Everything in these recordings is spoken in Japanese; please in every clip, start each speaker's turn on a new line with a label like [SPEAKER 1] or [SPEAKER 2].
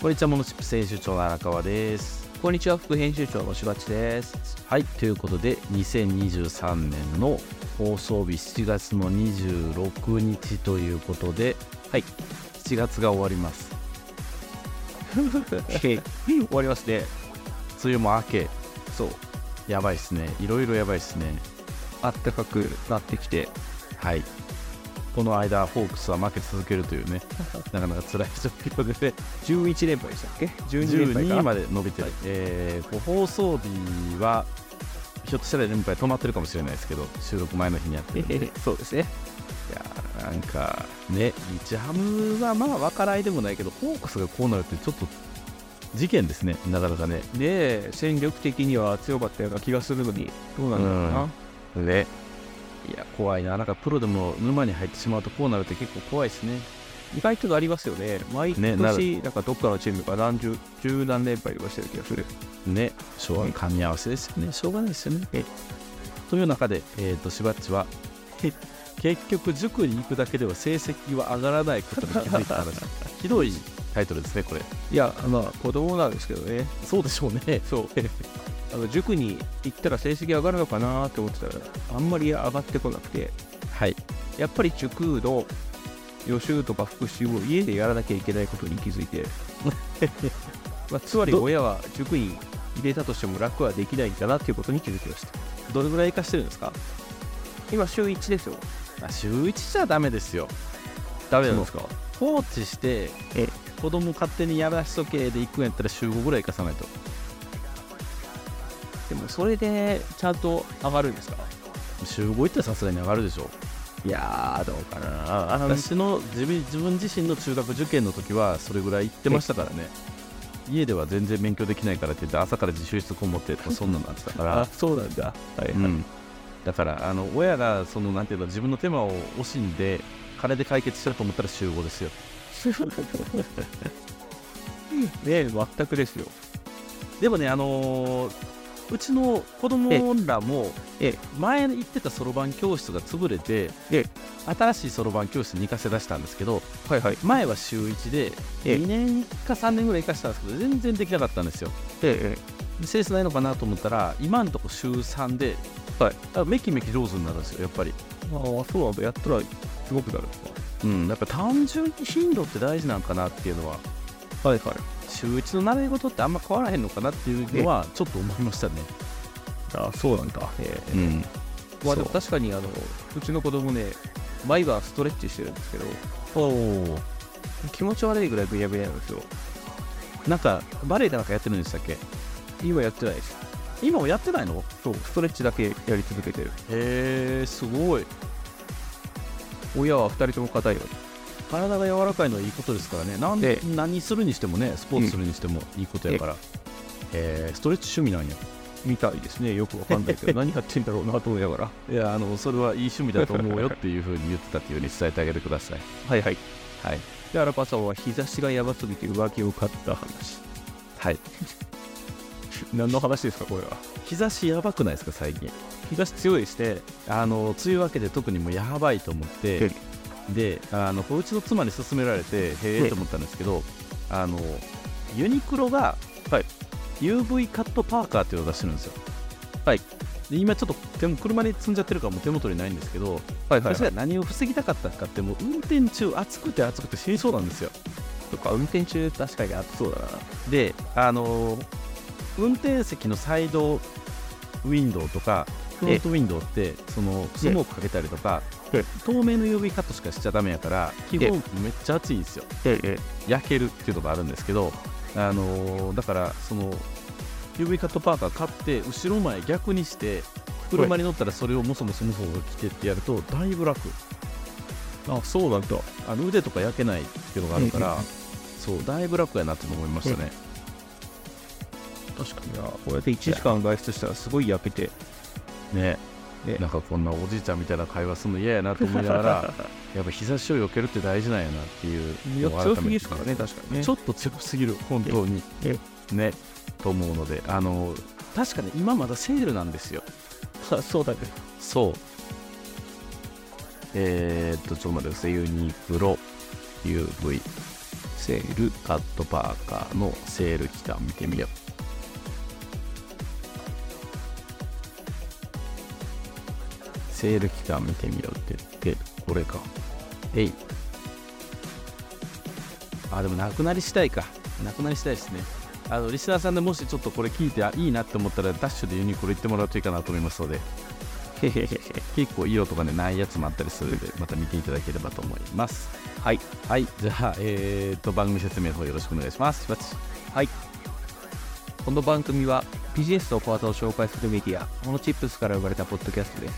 [SPEAKER 1] こんにちは、モノチップ編集長の荒川です。
[SPEAKER 2] こんにちは、副編集長のしばちです。
[SPEAKER 1] はい、ということで、2023年の放送日7月の26日ということで、はい、7月が終わります。へい終わりますね。梅雨も明け、
[SPEAKER 2] そう、
[SPEAKER 1] やばいっすね。いろいろやばいっすね。
[SPEAKER 2] あったかくなってきて、
[SPEAKER 1] はい。この間、ホークスは負け続けるという ね、なかなか辛い状況でね。
[SPEAKER 2] 11連敗でしたっけ ?12 連敗
[SPEAKER 1] 12
[SPEAKER 2] か
[SPEAKER 1] 位まで伸びてる、
[SPEAKER 2] はい
[SPEAKER 1] えー放送日はひょっとしたら連敗止まってるかもしれないですけど収録前の日にやってるんでい
[SPEAKER 2] そうですね。
[SPEAKER 1] やーなんかね日ハムはまあ分からないでもないけどホークスがこうなるってちょっと事件ですねなかなかね
[SPEAKER 2] ねえ、戦力的には強かったような気がするのに、どうなんだろうな。
[SPEAKER 1] ねいや怖いななんかプロでも沼に入ってしまうとこうなるって結構怖いですね
[SPEAKER 2] 意外となりますよね。毎
[SPEAKER 1] ね
[SPEAKER 2] 年、
[SPEAKER 1] な
[SPEAKER 2] なんかどっかのチームが何十、十何連敗とかしてる気がする。
[SPEAKER 1] ねしょうが噛み合わせですよねしょうがないですよね
[SPEAKER 2] え
[SPEAKER 1] という中で、えー、としばっちはへ結局塾に行くだけでは成績は上がらないことに気づいた 話ひどいタイトルですねこれ
[SPEAKER 2] いや、まあ、子供なんですけどね。
[SPEAKER 1] そうでしょうね
[SPEAKER 2] そう。あの塾に行ったら成績上がるのかなと思ってたら、あんまり上がってこなくて、
[SPEAKER 1] はい
[SPEAKER 2] やっぱり塾の予習とか復習を家でやらなきゃいけないことに気づいて、 まあ、つまり
[SPEAKER 1] ど
[SPEAKER 2] 親は塾に入れたとしても楽はできないんだなということに気づきました。
[SPEAKER 1] どれぐらい活かしてるんですか
[SPEAKER 2] 今、週1ですよ。
[SPEAKER 1] あ週1じゃダメですよダメなんですか
[SPEAKER 2] か
[SPEAKER 1] 放置して
[SPEAKER 2] え
[SPEAKER 1] 子供勝手にやらしとけで行くんやったら週5ぐらい行かさないと
[SPEAKER 2] でも、それでちゃんと上がるんですか
[SPEAKER 1] 週5行ったらさすがに上がるでしょ
[SPEAKER 2] いやー、どうかな
[SPEAKER 1] 私の自分自分自身の中学受験の時はそれぐらい行ってましたからね家では全然勉強できないからって言って朝から自習室こもってとかそんなのあってたか
[SPEAKER 2] あ
[SPEAKER 1] ら、
[SPEAKER 2] そうなんだ。はい、
[SPEAKER 1] うん、だからあの親がそのなんていうの自分の手間を惜しんで金で解決したと思ったら集合ですよ
[SPEAKER 2] ね全くですよ。
[SPEAKER 1] でもねあのーうちの子供らも
[SPEAKER 2] ええ
[SPEAKER 1] 前行ってたそろばん教室が潰れて
[SPEAKER 2] え
[SPEAKER 1] 新しいそろばん教室に行かせ出したんですけど
[SPEAKER 2] はいはい。
[SPEAKER 1] 前は週1で
[SPEAKER 2] ええ
[SPEAKER 1] 2年か3年ぐらい行かせたんですけど全然できなかったんですよ
[SPEAKER 2] え
[SPEAKER 1] でセンスないのかなと思ったら今んとこ週3で、
[SPEAKER 2] はい
[SPEAKER 1] あめきめき上手になるんですよやっぱり、
[SPEAKER 2] えああ、そうなんだ。やったら、すごくなるんです
[SPEAKER 1] うん、やっぱ単純に頻度って大事なんかなっていうのは
[SPEAKER 2] かはいはい。
[SPEAKER 1] 週1の習い事ってあんま変わらへんのかなっていうのはちょっと思いましたね、
[SPEAKER 2] あそうなんだ。ええ
[SPEAKER 1] うん、
[SPEAKER 2] まあでも
[SPEAKER 1] そ
[SPEAKER 2] 確かにあのうちの子供ね毎晩ストレッチしてるんですけど
[SPEAKER 1] お
[SPEAKER 2] 気持ち悪いぐらいぐやぐやなんですよ
[SPEAKER 1] なんかバレエかなんかやってるんでしたっけ
[SPEAKER 2] 今やってないです
[SPEAKER 1] 今もやってないのへ
[SPEAKER 2] そうストレッチだけやり続けてる
[SPEAKER 1] えすごい
[SPEAKER 2] 親は2人とも硬いよ
[SPEAKER 1] 体が柔らかいのはいいことですからねなん
[SPEAKER 2] え
[SPEAKER 1] 何するにしてもねスポーツするにしてもいいことやから、へえストレッチ趣味なんや
[SPEAKER 2] みたいですねよくわかんない けど何やってんだろうなと思いながら
[SPEAKER 1] いやあのそれはいい趣味だと思うよっていうふうに言ってたっていうふうに伝えてあげてください。
[SPEAKER 2] はいはい
[SPEAKER 1] はい、
[SPEAKER 2] で荒川さんは日差しがやばすぎて浮気を買った話
[SPEAKER 1] はい、
[SPEAKER 2] 何の話ですかこれは
[SPEAKER 1] 日差しやばくないですか最近
[SPEAKER 2] 日差し強いですね
[SPEAKER 1] あの梅雨明けで特にもうやばいと思ってであのこううちの妻に勧められてへえと思ったんですけどあのユニクロが、
[SPEAKER 2] はい
[SPEAKER 1] UV カットパーカーっていうのを出してるんですよ。
[SPEAKER 2] はい
[SPEAKER 1] で今ちょっと手も車に積んじゃってるからもう手元にないんですけど、
[SPEAKER 2] はい
[SPEAKER 1] 私が何を防ぎたかったかってもう運転中暑くて暑くて死にそうなんですよ。
[SPEAKER 2] とか運転中確かに暑そうだな
[SPEAKER 1] であのー運転席のサイドウィンドウとかフロントウィンドウってそのスモークかけたりとか
[SPEAKER 2] え
[SPEAKER 1] 透明の UV カットしかしちゃだめやから基本めっちゃ暑いんですよ
[SPEAKER 2] ええ
[SPEAKER 1] 焼けるっていうのがあるんですけどあのーだからその UV カットパーカー買って後ろ前逆にして車に乗ったらそれをもそもそもそも着てってやるとだいぶ楽
[SPEAKER 2] あそうなんだ
[SPEAKER 1] あの腕とか焼けないっていうのがあるから
[SPEAKER 2] うんうん
[SPEAKER 1] そうだいぶ楽やなって思いましたね
[SPEAKER 2] 確かになこうやって1時間外出したらすごい焼けて
[SPEAKER 1] ね
[SPEAKER 2] ね
[SPEAKER 1] なんかこんなおじいちゃんみたいな会話するの嫌やなと思いながら やっぱ日差しを避けるって大事なんやなっていうのを改めて
[SPEAKER 2] ね、確かに
[SPEAKER 1] ちょっと強すぎる本当に
[SPEAKER 2] え
[SPEAKER 1] ねと思うのであの確かに今まだセールなんですよ
[SPEAKER 2] と、 そうだね。
[SPEAKER 1] そうえー、っとちょっと待ってくださいユニクロ UV
[SPEAKER 2] セール
[SPEAKER 1] カットパーカーのセール期間見てみようセール期間見てみようって言ってこれかえいあでもなくなりしたいかなくなりしたいですねあのリスナーさんでもしちょっとこれ聞いてあいいなって思ったらダッシュでユニクロ行ってもらうといいかなと思いますので
[SPEAKER 2] へへへへ
[SPEAKER 1] 結構色とかねないやつもあったりするのでまた見ていただければと思います
[SPEAKER 2] はい
[SPEAKER 1] はいじゃあえー、っと番組説明の方よろしくお願いしますしばち
[SPEAKER 2] はいこの番組はビジネスと小技を紹介するメディアこのチップスから生まれたポッドキャストです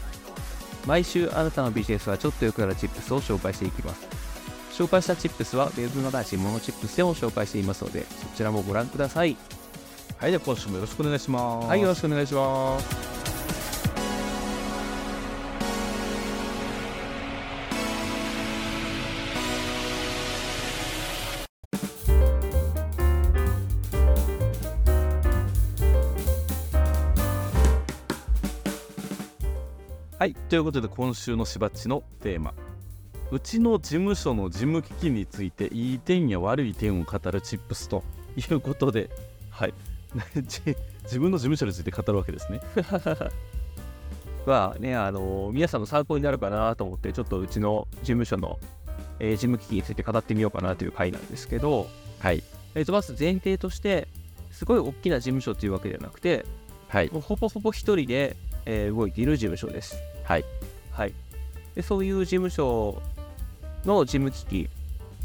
[SPEAKER 2] 毎週あなたのビジネスはちょっとよくなるチップスを紹介していきます紹介したチップスはウェブマガジンモノチップスでも紹介していますのでそちらもご覧ください
[SPEAKER 1] はいでは今週もよろしくお願いします
[SPEAKER 2] はいよろしくお願いします
[SPEAKER 1] はいということで今週のしばっちのテーマうちの事務所の事務機器についていい点や悪い点を語るチップスということではい じ自分の事務所について語るわけですね
[SPEAKER 2] まあねあの皆さんの参考になるかなと思ってちょっとうちの事務所の、えー事務機器について語ってみようかなという回なんですけど、
[SPEAKER 1] はい
[SPEAKER 2] えーとまず前提としてすごい大きな事務所というわけではなくて
[SPEAKER 1] はい
[SPEAKER 2] もうほぼほぼ一人で、えー動いている事務所です。
[SPEAKER 1] はい
[SPEAKER 2] はい、でそういう事務所の事務機器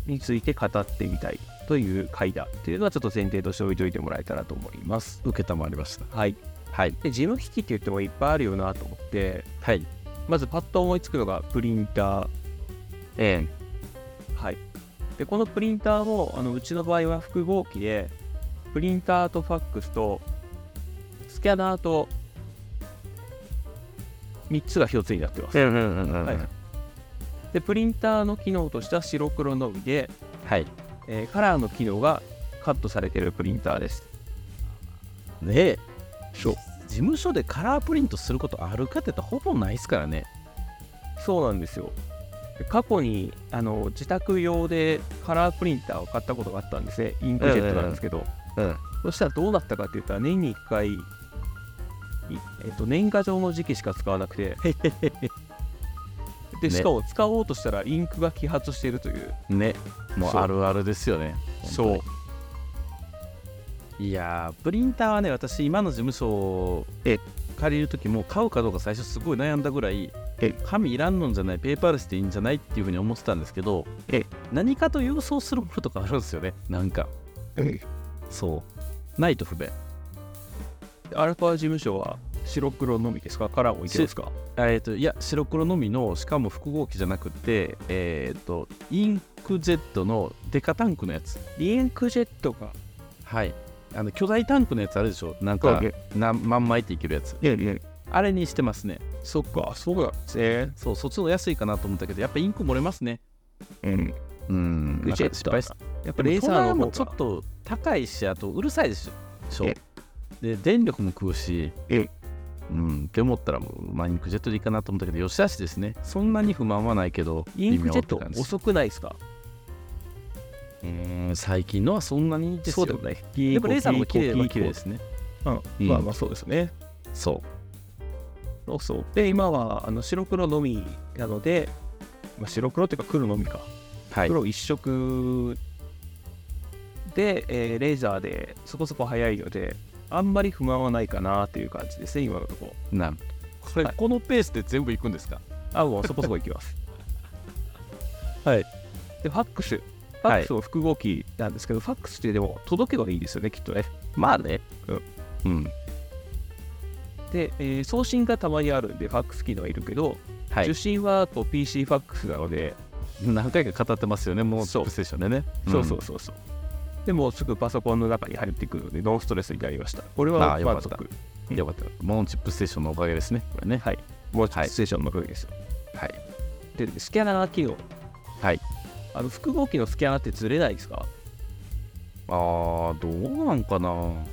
[SPEAKER 2] について語ってみたいという回だっていうのはちょっと前提として置いといてもらえたらと思います。
[SPEAKER 1] 受けたまわりました
[SPEAKER 2] はい、
[SPEAKER 1] はい
[SPEAKER 2] で事務機器って言ってもいっぱいあるよなと思って
[SPEAKER 1] はい
[SPEAKER 2] まずパッと思いつくのがプリンター。
[SPEAKER 1] え
[SPEAKER 2] はい、でこのプリンターもあのうちの場合は複合機でプリンターとファックスとスキャナーと3つが1つになってます。
[SPEAKER 1] えうんうんうんうん
[SPEAKER 2] はいでプリンターの機能としては白黒のみで、
[SPEAKER 1] はい
[SPEAKER 2] えーカラーの機能がカットされているプリンターです。
[SPEAKER 1] ねえ
[SPEAKER 2] そう
[SPEAKER 1] 事務所でカラープリントすることあるかって言ったらほぼないですからね
[SPEAKER 2] そうなんですよ。で過去にあの自宅用でカラープリンターを買ったことがあったんですね。インクジェットなんですけど。
[SPEAKER 1] うん
[SPEAKER 2] そしたらどうなったかっていうと、年に1回、いえっと、年賀状の時期しか使わなくて、 で
[SPEAKER 1] ね
[SPEAKER 2] しかも使おうとしたらインクが揮発しているという、
[SPEAKER 1] ねもう
[SPEAKER 2] そう
[SPEAKER 1] あるあるですよね
[SPEAKER 2] そう
[SPEAKER 1] ういやープリンターはね私今の事務所
[SPEAKER 2] え
[SPEAKER 1] 借りる時も買うかどうか最初すごい悩んだぐらい
[SPEAKER 2] え
[SPEAKER 1] 紙いらんのんじゃないペーパーレスでいいんじゃないっていうふうに思ってたんですけど
[SPEAKER 2] え
[SPEAKER 1] 何かと郵送するものとかあるんですよねなんかそうないと不便
[SPEAKER 2] アルファ事務所は白黒のみですかカラー置いてるんですか
[SPEAKER 1] えー、といや白黒のみのしかも複合機じゃなくて、えー、とインクジェットのデカタンクのやつ
[SPEAKER 2] インクジェットが。
[SPEAKER 1] はいあの巨大タンクのやつあるでしょなんか何万枚っていけるやつあれにしてますね
[SPEAKER 2] そっか、そうなんですね。
[SPEAKER 1] そうそっちの方が安いかなと思ったけどやっぱインク漏れますね
[SPEAKER 2] うん、
[SPEAKER 1] うん
[SPEAKER 2] グジェット
[SPEAKER 1] 失敗し
[SPEAKER 2] やっぱ
[SPEAKER 1] レ
[SPEAKER 2] レー
[SPEAKER 1] ーザ
[SPEAKER 2] ザ
[SPEAKER 1] ー
[SPEAKER 2] ーの
[SPEAKER 1] も
[SPEAKER 2] 方
[SPEAKER 1] ちょ
[SPEAKER 2] が
[SPEAKER 1] っと高いしあとうるさいでしょ
[SPEAKER 2] え
[SPEAKER 1] で電力も食うし
[SPEAKER 2] え
[SPEAKER 1] うんって思ったらもう、まあ、インクジェットでいいかなと思ったけどよしあしですねそんなに不満はないけど
[SPEAKER 2] インクジェット
[SPEAKER 1] 微妙って感じ
[SPEAKER 2] 遅くないですか
[SPEAKER 1] うーん最近のはそんなにです
[SPEAKER 2] そ
[SPEAKER 1] よ
[SPEAKER 2] うでもない。
[SPEAKER 1] で
[SPEAKER 2] で。
[SPEAKER 1] もレーザーの方が綺麗は綺麗ですすね
[SPEAKER 2] うん、まあまあそうですね。
[SPEAKER 1] そ
[SPEAKER 2] そうそう。で、今はあの白黒のみなので、まあ、白黒っていうか黒のみか。
[SPEAKER 1] うはい
[SPEAKER 2] 黒一色で、えーレーザーでそこそこ速いので、あんまり不満はないかなっていう感じですね、今のところ。
[SPEAKER 1] なんこれ、
[SPEAKER 2] はい
[SPEAKER 1] このペースで全部いくんですか
[SPEAKER 2] あ、もうそこそこいきます。
[SPEAKER 1] はい
[SPEAKER 2] で、ファックス。ファックスを複合機なんですけど、ファックスってでも届けばいいですよね、きっとね。
[SPEAKER 1] まあね
[SPEAKER 2] うん
[SPEAKER 1] うん
[SPEAKER 2] で、えー送信がたまにあるんで、ファックス機能はいるけど、
[SPEAKER 1] は
[SPEAKER 2] 受
[SPEAKER 1] い
[SPEAKER 2] 信はこう PC ファックスなので、
[SPEAKER 1] 何回か語ってますよねもう
[SPEAKER 2] そう
[SPEAKER 1] プレイステーションでね
[SPEAKER 2] そうそ
[SPEAKER 1] ん
[SPEAKER 2] うそうそう。でもうすぐパソコンの中に入ってくるので、ノンストレスになりました。これ
[SPEAKER 1] あ
[SPEAKER 2] は
[SPEAKER 1] ーよか
[SPEAKER 2] 満
[SPEAKER 1] った
[SPEAKER 2] 足。
[SPEAKER 1] よかったモノチップステーションのおかげですねこれね
[SPEAKER 2] はい。もうステーションの部分ですよ。
[SPEAKER 1] はい
[SPEAKER 2] で、スキャナー機能。
[SPEAKER 1] はい
[SPEAKER 2] あの複合機のスキャナーってずれないですか
[SPEAKER 1] あーどうなんかな
[SPEAKER 2] なん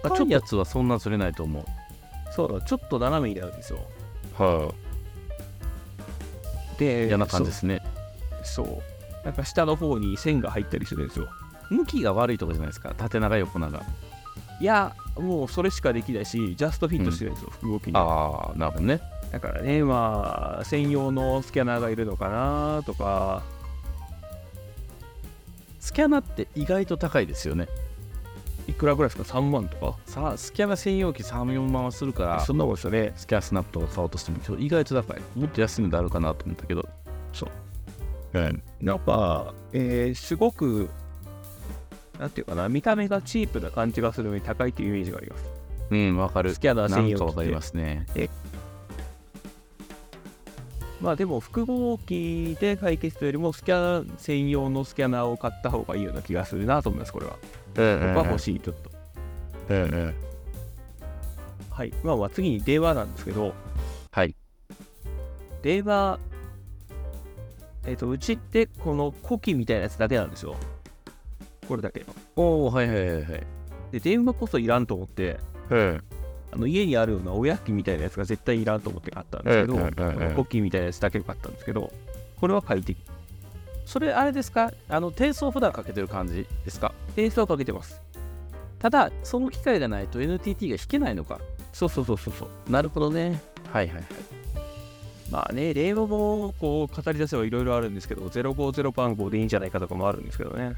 [SPEAKER 2] かち
[SPEAKER 1] 高
[SPEAKER 2] ょっ
[SPEAKER 1] い
[SPEAKER 2] と
[SPEAKER 1] や、つはそんなずれないと思う
[SPEAKER 2] そうだ、ちょっと斜めになるんですよ。
[SPEAKER 1] は
[SPEAKER 2] で、
[SPEAKER 1] 嫌な感じですね
[SPEAKER 2] そう。そう。
[SPEAKER 1] なんか下の方に線が入ったりするんですよ向きが悪いとかじゃないですか縦長横長
[SPEAKER 2] いやもうそれしかできないしジャストフィットしてないんですよ、動きに
[SPEAKER 1] ああなるほどね
[SPEAKER 2] だからねまあ専用のスキャナーがいるのかなとか
[SPEAKER 1] スキャナーって意外と高いですよね
[SPEAKER 2] いくらぐらいですか3万とか
[SPEAKER 1] さあスキャナー専用機34万はするから
[SPEAKER 2] んなことですよね
[SPEAKER 1] スキャンスナップとか買おうとしても今日意外と高いもっと安いのであるかなと思ったけどそううん
[SPEAKER 2] なんか、えーすごくなんていうかな見た目がチープな感じがするのに高いっていうイメージがあります
[SPEAKER 1] うんわかる
[SPEAKER 2] スキャナー
[SPEAKER 1] な
[SPEAKER 2] 専
[SPEAKER 1] ん
[SPEAKER 2] 用
[SPEAKER 1] か
[SPEAKER 2] 機
[SPEAKER 1] わ
[SPEAKER 2] っ
[SPEAKER 1] かり
[SPEAKER 2] て
[SPEAKER 1] ますね
[SPEAKER 2] まあでも複合機で解決というよりもスキャン専用のスキャナーを買った方がいいような気がするなと思いますこれは
[SPEAKER 1] うん
[SPEAKER 2] 僕は欲しいちょっとはいまあまあ次に電話なんですけど
[SPEAKER 1] はい
[SPEAKER 2] 電話えっ、とうちってこのコキみたいなやつだけなんですよこれだけの
[SPEAKER 1] おおはいはいはいはい
[SPEAKER 2] で電話こそいらんと思って
[SPEAKER 1] うん
[SPEAKER 2] あの家にあるようなおやきみたいなやつが絶対いらんと思って買ったんですけど、
[SPEAKER 1] ええええええ
[SPEAKER 2] コッキーみたいなやつだけ買ったんですけど、これは快適。
[SPEAKER 1] それあれですかあの転送普段かけてる感じですか
[SPEAKER 2] テイストをかけてます。
[SPEAKER 1] ただその機械がないと NTT が引けないのか
[SPEAKER 2] そうそうそうそうそう。
[SPEAKER 1] なるほどねはいはいはい
[SPEAKER 2] まあね、令和もこう語り出せばいろいろあるんですけど、050番号でいいんじゃないかとかもあるんですけどね。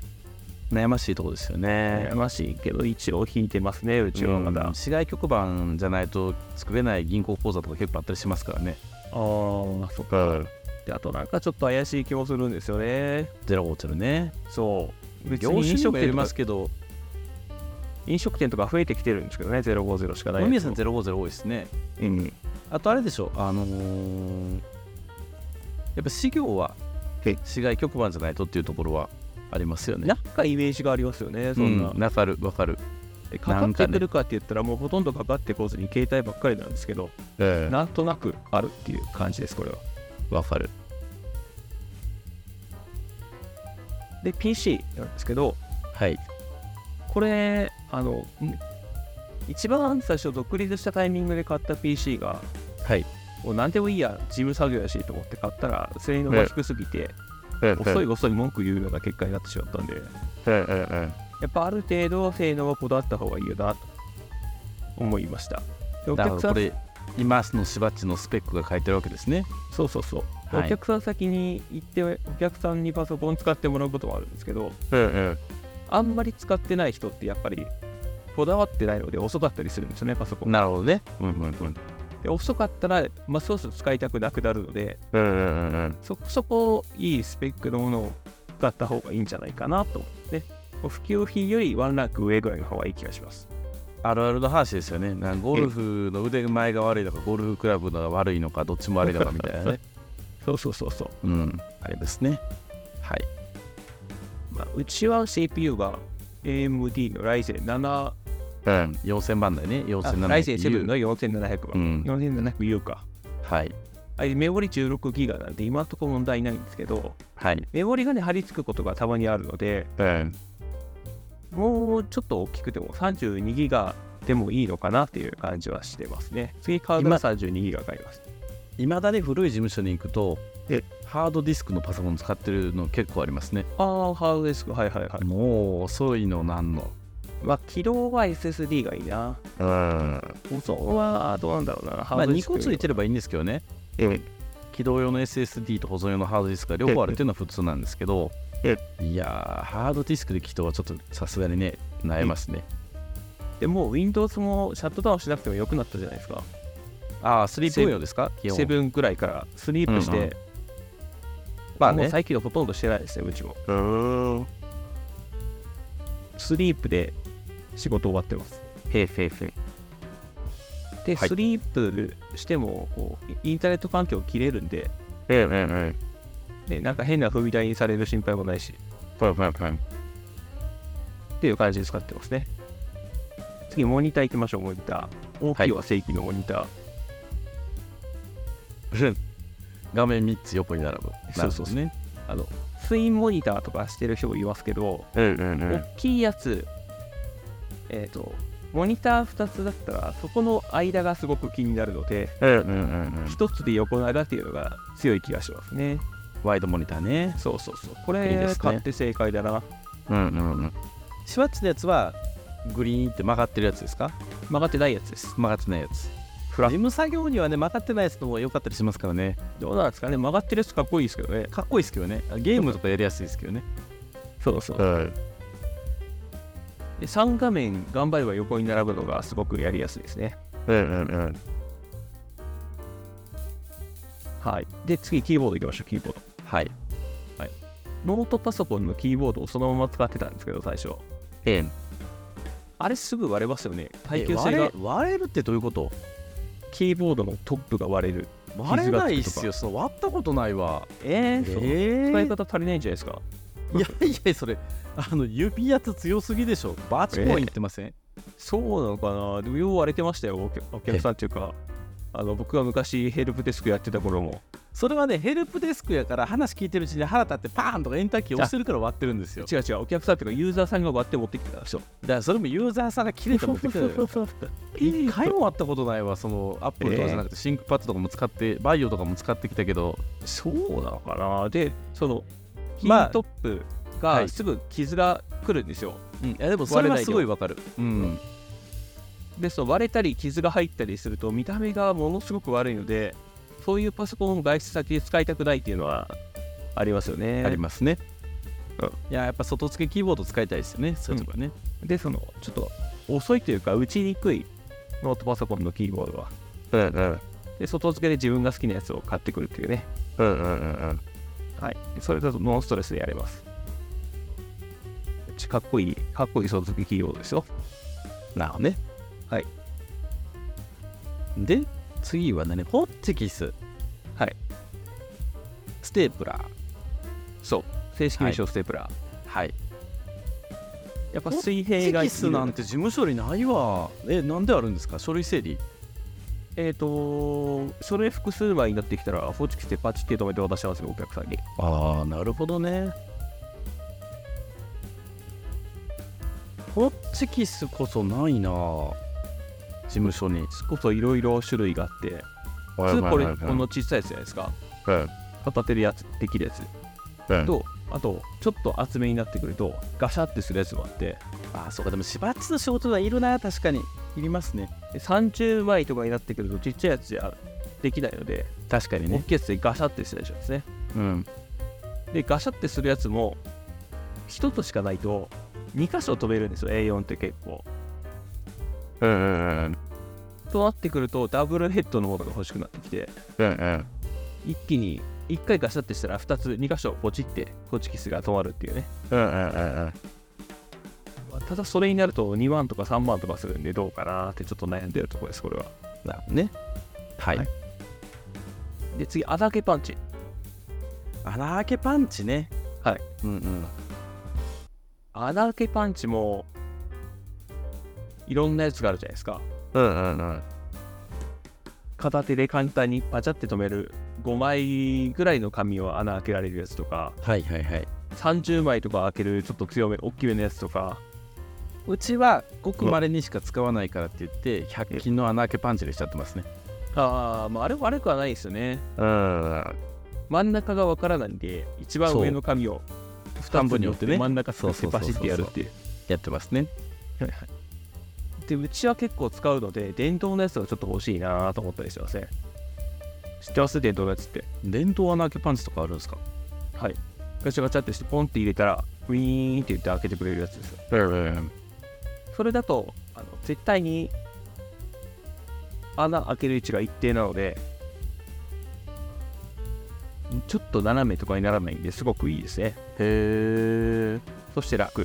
[SPEAKER 1] 悩ましいとこですよね
[SPEAKER 2] 悩ましいけど、一応引いてますね、うちはまだ。
[SPEAKER 1] うん市外局番じゃないと作れない銀行口座とか結構あったりしますからね
[SPEAKER 2] ああ、そっか。で、あとなんかちょっと怪しい気もするんですよね。
[SPEAKER 1] ゼロホテルね
[SPEAKER 2] そう。別
[SPEAKER 1] 業
[SPEAKER 2] に
[SPEAKER 1] 種
[SPEAKER 2] 飲
[SPEAKER 1] に
[SPEAKER 2] 食
[SPEAKER 1] もよ
[SPEAKER 2] 店
[SPEAKER 1] り
[SPEAKER 2] と
[SPEAKER 1] ま
[SPEAKER 2] か
[SPEAKER 1] すけど
[SPEAKER 2] 飲食店とか増えてきてるんですけどね、050しかないやつも。
[SPEAKER 1] 飲み屋さんゼロホテル多いですね
[SPEAKER 2] うん
[SPEAKER 1] あとあれでしょあのーやっぱ事業は
[SPEAKER 2] はい
[SPEAKER 1] 市外局番じゃないとっていうところはありますよね
[SPEAKER 2] なんかイメージがありますよね、そんな。
[SPEAKER 1] うんわかるわかる
[SPEAKER 2] でかかってくるかって言ったら、もうほとんどかかってこずに携帯ばっかりなんですけど、なんとなくあるっていう感じです、これは。
[SPEAKER 1] わかる
[SPEAKER 2] で、PC なんですけど、
[SPEAKER 1] はい
[SPEAKER 2] これ、あの、ん一番最初、独立したタイミングで買った PC が、
[SPEAKER 1] はい
[SPEAKER 2] もう何でもいいや、事務作業やしと思って買ったら、性能が低すぎて、遅い遅い文句言うような結果になってしまったんで、やっぱある程度、性能はこだわった方がいいよなと思いました。でお
[SPEAKER 1] だ
[SPEAKER 2] 客
[SPEAKER 1] か
[SPEAKER 2] さ
[SPEAKER 1] ら
[SPEAKER 2] ん
[SPEAKER 1] これ今のしばっちのスペックが書いてるわけですね
[SPEAKER 2] そうそうそう、
[SPEAKER 1] はい
[SPEAKER 2] お客さん先に行ってお客さんにパソコン使ってもらうこともあるんですけどあんまり使ってない人ってやっぱりこだわってないので遅かったりするんですよねパソコン
[SPEAKER 1] なるほどねうんうんうん
[SPEAKER 2] で遅かったら、まあ、そうすると使いたくなくなるのでそこそこいいスペックのものを使った方がいいんじゃないかなと思ってもう普及品よりワンランク上ぐらいの方がいい気がします
[SPEAKER 1] あるあるの話ですよね。なんかゴルフの腕前が悪いのか、ゴルフクラブが悪いのか、どっちも悪いのかみたいなね。
[SPEAKER 2] そうそうそうそう、
[SPEAKER 1] うん、あれですね。はい。
[SPEAKER 2] まあ、うちは CPU が AMD の Ryzen7
[SPEAKER 1] 4000番台ね、4700。
[SPEAKER 2] ライゼン7の4700
[SPEAKER 1] う
[SPEAKER 2] 番、
[SPEAKER 1] ん。
[SPEAKER 2] 4700U か
[SPEAKER 1] はい。
[SPEAKER 2] あれメモリ 16GB なんで今のところ問題ないんですけど
[SPEAKER 1] はい。
[SPEAKER 2] メモリがね貼り付くことがたまにあるのでもうちょっと大きくても 32GB でもいいのかなっていう感じはしてますね次買うのが 32GB 買います
[SPEAKER 1] いまだに古い事務所に行くと
[SPEAKER 2] え、
[SPEAKER 1] ハードディスクのパソコン使ってるの結構ありますね。
[SPEAKER 2] ああハードディスクはいはいはい
[SPEAKER 1] もう遅いのなんの。
[SPEAKER 2] まあ起動は SSD がいいな保存はどうなんだろうなハ
[SPEAKER 1] まあ、
[SPEAKER 2] ードディ
[SPEAKER 1] 2
[SPEAKER 2] スク
[SPEAKER 1] 個ついてればいいんですけどね。
[SPEAKER 2] え
[SPEAKER 1] 起動用の SSD と保存用のハードディスクが両方あるっていうのは普通なんですけど
[SPEAKER 2] え、
[SPEAKER 1] いやー、ハードディスクで起動はちょっとさすがにね、悩みますね。
[SPEAKER 2] でもう Windows もシャットダウンしなくても良くなったじゃないですか
[SPEAKER 1] ああ、スリープ運用ですか基本。
[SPEAKER 2] 7ぐらいからスリープして、
[SPEAKER 1] うんうんまあ
[SPEAKER 2] もう
[SPEAKER 1] ね。
[SPEAKER 2] 最近はほとんどしてないですね、うちも。
[SPEAKER 1] うん。
[SPEAKER 2] スリープで仕事終わってます。
[SPEAKER 1] へいへいへい。
[SPEAKER 2] で、
[SPEAKER 1] はい
[SPEAKER 2] スリープしてもこう、イインターネット環境切れるんで、
[SPEAKER 1] えええ
[SPEAKER 2] でなんか変な踏み台にされる心配もないし、
[SPEAKER 1] え。はいはいはい。
[SPEAKER 2] っていう感じで使ってますね。次、モニター行きましょう、モニター。大きいは正規のモニター。
[SPEAKER 1] 画面3つ横に並ぶ。
[SPEAKER 2] そうそうそう
[SPEAKER 1] ね。
[SPEAKER 2] あの、ツインモニターとかしてる人もいますけど、
[SPEAKER 1] えええ
[SPEAKER 2] 大。きいやつ、えっ、と、モニター2つだったら、そこの間がすごく気になるので、
[SPEAKER 1] ええええ
[SPEAKER 2] 1つで横長っていうのが強い気がしますね。
[SPEAKER 1] ワイドモニターね
[SPEAKER 2] そうそうそうこ
[SPEAKER 1] いいで
[SPEAKER 2] れ
[SPEAKER 1] すね
[SPEAKER 2] 買って正解だな
[SPEAKER 1] うんうんうんシュワッチのやつはグリーンって曲がってるやつですか
[SPEAKER 2] 曲がってないやつです
[SPEAKER 1] 曲がってないやつ
[SPEAKER 2] フラッ
[SPEAKER 1] M 作業にはね曲がってないやつの方が良かったりしますからね
[SPEAKER 2] どうなんですかね曲がってるやつかっこいいですけどね
[SPEAKER 1] かっこいいですけどねゲームとかやりやすいですけどね
[SPEAKER 2] そうそう
[SPEAKER 1] うん
[SPEAKER 2] で3画面頑張れば横に並ぶのがすごくやりやすいですね
[SPEAKER 1] うんうん
[SPEAKER 2] はいで次キーボードいきましょうキーボード
[SPEAKER 1] はい
[SPEAKER 2] ノートパソコンのキーボードをそのまま使ってたんですけど最初
[SPEAKER 1] ペン
[SPEAKER 2] あれすぐ割れますよね耐
[SPEAKER 1] 耐
[SPEAKER 2] 久
[SPEAKER 1] 久
[SPEAKER 2] 性
[SPEAKER 1] 性
[SPEAKER 2] が
[SPEAKER 1] が割れるってどういうこと
[SPEAKER 2] キーボードのトップが割れる
[SPEAKER 1] 割れないっす
[SPEAKER 2] よ
[SPEAKER 1] よその割ったことないわ
[SPEAKER 2] え
[SPEAKER 1] え
[SPEAKER 2] ー、そう
[SPEAKER 1] ー
[SPEAKER 2] 使い方足りないんじゃないですか
[SPEAKER 1] いやいやそれあの指圧強すぎでしょバチコン言ってません、
[SPEAKER 2] そうなのかなでもよう割れてましたよお客お客さんっていうかあの僕が昔ヘルプデスクやってた頃も
[SPEAKER 1] それはねヘルプデスクやから話聞いてるうちに腹立ってパーンとかエンターキー押してるから割ってるんですよ
[SPEAKER 2] 違う違うお客さんっていうかユーザーさんが割って持ってきてたでしょ
[SPEAKER 1] だからそれもユーザーさんが切れて持ってきたのよ一回も割ったことないわそのアップルとかじゃなくてシンクパッドとかも使ってバイオとかも使ってきたけど
[SPEAKER 2] そうなのかなでそのヒ
[SPEAKER 1] ま
[SPEAKER 2] ー
[SPEAKER 1] あ
[SPEAKER 2] トップ
[SPEAKER 1] は
[SPEAKER 2] が
[SPEAKER 1] い
[SPEAKER 2] すぐ傷が来るんですよ、
[SPEAKER 1] うん、いやでも
[SPEAKER 2] そ
[SPEAKER 1] そ
[SPEAKER 2] れ
[SPEAKER 1] れ
[SPEAKER 2] は
[SPEAKER 1] は
[SPEAKER 2] す
[SPEAKER 1] す
[SPEAKER 2] ご
[SPEAKER 1] ご
[SPEAKER 2] い
[SPEAKER 1] いわかる。
[SPEAKER 2] んでその割れたり傷が入ったりすると見た目がものすごく悪いのでそういうパソコンを外出先で使いたくないっていうのはありますよね
[SPEAKER 1] ありますね。
[SPEAKER 2] うん
[SPEAKER 1] いや、やっぱ外付けキーボード使いたいですよね、そういうとこはね。
[SPEAKER 2] でそのちょっと遅いというか打ちにくいノートパソコンのキーボードは
[SPEAKER 1] うんうん。
[SPEAKER 2] で外付けで自分が好きなやつを買ってくるっていうね
[SPEAKER 1] うんうんうん
[SPEAKER 2] はいそれだとノンストレスでやれますちかっこいいかっこいい外付けキーボードですよ
[SPEAKER 1] なるほどね。
[SPEAKER 2] はい。
[SPEAKER 1] で、次は何ホッチキス。
[SPEAKER 2] はい。
[SPEAKER 1] ステープラー。
[SPEAKER 2] そう正式名称ステープラー、
[SPEAKER 1] はい。
[SPEAKER 2] やっぱ
[SPEAKER 1] ホッ
[SPEAKER 2] 水
[SPEAKER 1] ホ
[SPEAKER 2] 平
[SPEAKER 1] ッ
[SPEAKER 2] が
[SPEAKER 1] チキスなんて事務処理ないわ。え、なんであるんですか書類整理。
[SPEAKER 2] えっ、と、それ複数枚になってきたら、ホッチキスでパチって止めて渡しますよ、お客さんに。
[SPEAKER 1] ああ、なるほどね。ホッチキスこそないな事務所に。
[SPEAKER 2] そこそいろいろ種類があって、普通これ、この小さいやつじゃないですか。片手でやつできるやつ。と、あと、ちょっと厚めになってくると、ガシャってするやつもあって、
[SPEAKER 1] ああ、そうか、でもしばっちの仕事はいるな、確かに。いりますね。
[SPEAKER 2] で30枚とかになってくると、ちっちゃいやつじゃできないので、
[SPEAKER 1] 確かに
[SPEAKER 2] 大。きいやつでガシャってするやつですね。
[SPEAKER 1] うん。
[SPEAKER 2] で、ガシャってするやつも、1つしかないと、2箇所止めるんですよ、A4 って結構。
[SPEAKER 1] うんうん
[SPEAKER 2] となってくると、ダブルヘッドのものが欲しくなってきて、
[SPEAKER 1] うん。
[SPEAKER 2] 一気に1回ガシャってしたら2つ2箇所ポチってホチキスが止まるっていうね
[SPEAKER 1] うんうんうん
[SPEAKER 2] ただそれになると2万とか3万とかするんでどうかなってちょっと悩んでるところですこれは
[SPEAKER 1] なるほどね。はい。
[SPEAKER 2] はいで次穴開けパンチ
[SPEAKER 1] 穴あけパンチね。
[SPEAKER 2] はい。
[SPEAKER 1] うんうん。
[SPEAKER 2] 穴開けパンチもいろんなやつがあるじゃないですか
[SPEAKER 1] うんうんうん。
[SPEAKER 2] 片手で簡単にパチャって止める5枚ぐらいの紙を穴開けられるやつとか
[SPEAKER 1] はいはいはい。
[SPEAKER 2] 30枚とか開けるちょっと強め大きめのやつとか
[SPEAKER 1] うちはごくまれにしか使わないからって言って、100均の穴あけパンチでしちゃってますね。
[SPEAKER 2] あー、まああれ悪くはないですよね
[SPEAKER 1] うん。
[SPEAKER 2] 真ん中がわからないんで一番上の紙を
[SPEAKER 1] 半分に折ってね
[SPEAKER 2] 真ん中そう
[SPEAKER 1] そう
[SPEAKER 2] パ
[SPEAKER 1] そう
[SPEAKER 2] シ
[SPEAKER 1] そう
[SPEAKER 2] ッ
[SPEAKER 1] そう
[SPEAKER 2] てやるっていう
[SPEAKER 1] やってますね。
[SPEAKER 2] でうちは結構使うので電動のやつがちょっと欲しいなと思ったりしてません知ってます電動のやつって
[SPEAKER 1] 電動穴開けパンチとかあるんですか
[SPEAKER 2] はいガチャガチャってしてポンって入れたらウィーンって言って開けてくれるやつですよ
[SPEAKER 1] うんうん
[SPEAKER 2] それだとあの絶対に穴開ける位置が一定なのでちょっと斜めとかにならないんですごくいいですね
[SPEAKER 1] へえ。
[SPEAKER 2] そして楽、
[SPEAKER 1] うん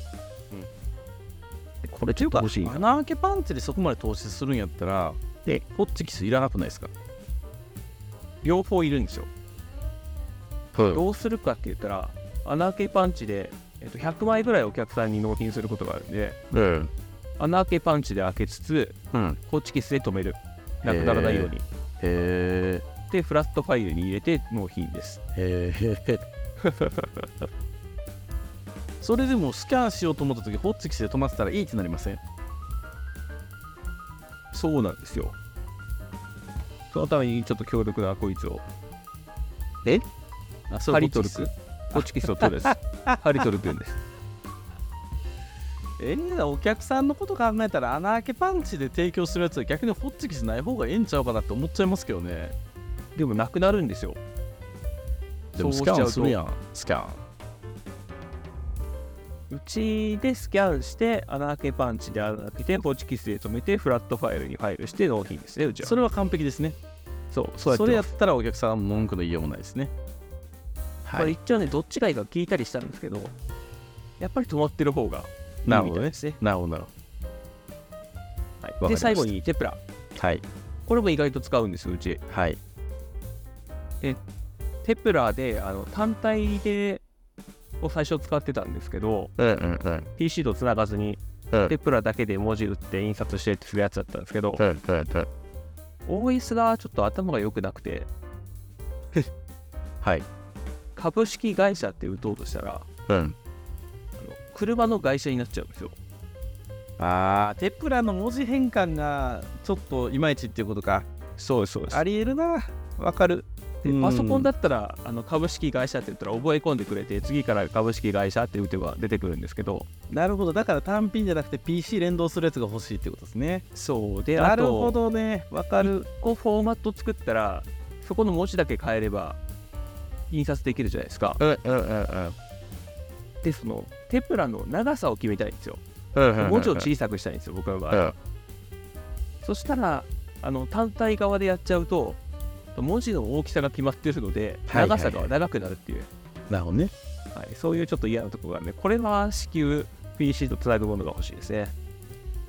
[SPEAKER 2] でこれちょっと欲しいな
[SPEAKER 1] 穴開けパンチでそこまで投資するんやったら、
[SPEAKER 2] で
[SPEAKER 1] ホッチキスいらなくないですか
[SPEAKER 2] 両方いるんですよ
[SPEAKER 1] は
[SPEAKER 2] どうするかって言ったら穴開けパンチで、えっと、100枚ぐらいお客さんに納品することがあるんで
[SPEAKER 1] い。うん。
[SPEAKER 2] 穴開けパンチで開けつつ
[SPEAKER 1] うん。
[SPEAKER 2] ホチキスで止めるなくならないように
[SPEAKER 1] へえ。
[SPEAKER 2] でフラットファイルに入れて納品です
[SPEAKER 1] へえ。それでもスキャンしようと思った時ホッチキスで止まってたらいいってなりません
[SPEAKER 2] そうなんですよそのためにちょっと強力なこいつをで
[SPEAKER 1] あそ
[SPEAKER 2] ハ
[SPEAKER 1] れ
[SPEAKER 2] リ
[SPEAKER 1] ホ
[SPEAKER 2] ト
[SPEAKER 1] チ
[SPEAKER 2] ル
[SPEAKER 1] キ
[SPEAKER 2] ク
[SPEAKER 1] スホチキスとトルですハリトルくんですえー、お客さんのこと考えたら穴あけパンチで提供するやつは逆にホッチキスない方がええんちゃうかなって思っちゃいますけどね
[SPEAKER 2] でもなくなるんですよ
[SPEAKER 1] で
[SPEAKER 2] そ
[SPEAKER 1] も
[SPEAKER 2] う
[SPEAKER 1] ス
[SPEAKER 2] し
[SPEAKER 1] キ
[SPEAKER 2] ちゃう
[SPEAKER 1] ャ
[SPEAKER 2] と
[SPEAKER 1] ンするやんスキャン
[SPEAKER 2] うちでスキャンして穴開けパンチで穴開けてホチキスで止めてフラットファイルにファイルして納品ですねうちは
[SPEAKER 1] それは完璧ですね
[SPEAKER 2] そう
[SPEAKER 1] そ
[SPEAKER 2] そ
[SPEAKER 1] れ
[SPEAKER 2] れ
[SPEAKER 1] や
[SPEAKER 2] やっ
[SPEAKER 1] ったらお客さんは文句の言いようもないですね
[SPEAKER 2] ぱり一応ねどっちがいいか聞いたりしたんですけどやっぱり止まってる方がいい
[SPEAKER 1] なるほ
[SPEAKER 2] み
[SPEAKER 1] ど
[SPEAKER 2] たい
[SPEAKER 1] ね
[SPEAKER 2] ですね
[SPEAKER 1] なるほどなるほ
[SPEAKER 2] はい
[SPEAKER 1] かりま
[SPEAKER 2] で
[SPEAKER 1] した
[SPEAKER 2] 最後にテプラ
[SPEAKER 1] どはい
[SPEAKER 2] これも意外と使うんですようち
[SPEAKER 1] はい
[SPEAKER 2] テプラであの単体でを最初使ってたんですけど
[SPEAKER 1] うんうんうん
[SPEAKER 2] PC とつながずに
[SPEAKER 1] うん
[SPEAKER 2] テプラだけで文字打って印刷してってするやつだったんですけど
[SPEAKER 1] うんうん
[SPEAKER 2] OS がちょっと頭が良くなく て
[SPEAKER 1] はい
[SPEAKER 2] 株式会社って打とうとしたら
[SPEAKER 1] うん
[SPEAKER 2] あの車の会社になっちゃうんですよ
[SPEAKER 1] あーテプラの文字変換がちょっといまいちっていうことか
[SPEAKER 2] そうですそうで
[SPEAKER 1] ありえるなわかる
[SPEAKER 2] で
[SPEAKER 1] うん
[SPEAKER 2] パソコンだったらあの株式会社って言ったら覚え込んでくれて次から株式会社って打てば出てくるんですけど
[SPEAKER 1] なるほどだから単品じゃなくて PC 連動するやつが欲しいってことですね
[SPEAKER 2] そうで
[SPEAKER 1] な
[SPEAKER 2] あ
[SPEAKER 1] るほ
[SPEAKER 2] と
[SPEAKER 1] どねわかる
[SPEAKER 2] こうフォーマット作ったらそこの文字だけ変えれば印刷できるじゃないですか
[SPEAKER 1] うんうんうんうん
[SPEAKER 2] でそのテプラの長さを決めたいんですよ
[SPEAKER 1] うんうん
[SPEAKER 2] 文字を小さくしたいんですよ僕の場合
[SPEAKER 1] うん
[SPEAKER 2] そしたらあの単体側でやっちゃうと文字の大きさが決まってるので
[SPEAKER 1] はいはいは
[SPEAKER 2] 長
[SPEAKER 1] い
[SPEAKER 2] さが長くなるっていう、
[SPEAKER 1] なるほどね
[SPEAKER 2] はいそういうちょっと嫌なところがあるんでこれは至急 PC とつなぐものが欲しいですね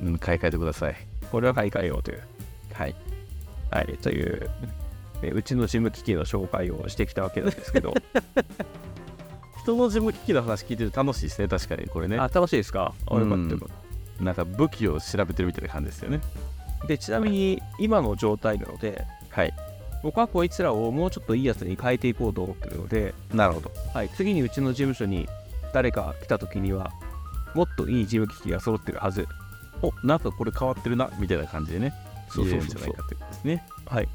[SPEAKER 1] うん買い替えてください
[SPEAKER 2] これは買い替えようという
[SPEAKER 1] はい
[SPEAKER 2] はいというえうちの事務機器の紹介をしてきたわけなんです けど
[SPEAKER 1] 人の事務機器の話聞いてると楽しいですね確かにこれね
[SPEAKER 2] あ楽しいですかあよかったよかっ
[SPEAKER 1] なんか武器を調べてるみたいな感じですよね
[SPEAKER 2] たでちなみに今の状態なので
[SPEAKER 1] はい
[SPEAKER 2] 僕はこいつらをもうちょっといいやつに変えていこうと思ってるので、
[SPEAKER 1] なるほど
[SPEAKER 2] はい、次にうちの事務所に誰か来た時にはもっといい事務機器が揃ってるはず
[SPEAKER 1] おなんかこれ変わってるなみたいな感じでね
[SPEAKER 2] そうそうそう
[SPEAKER 1] 言えるんじゃないかってことですね
[SPEAKER 2] はい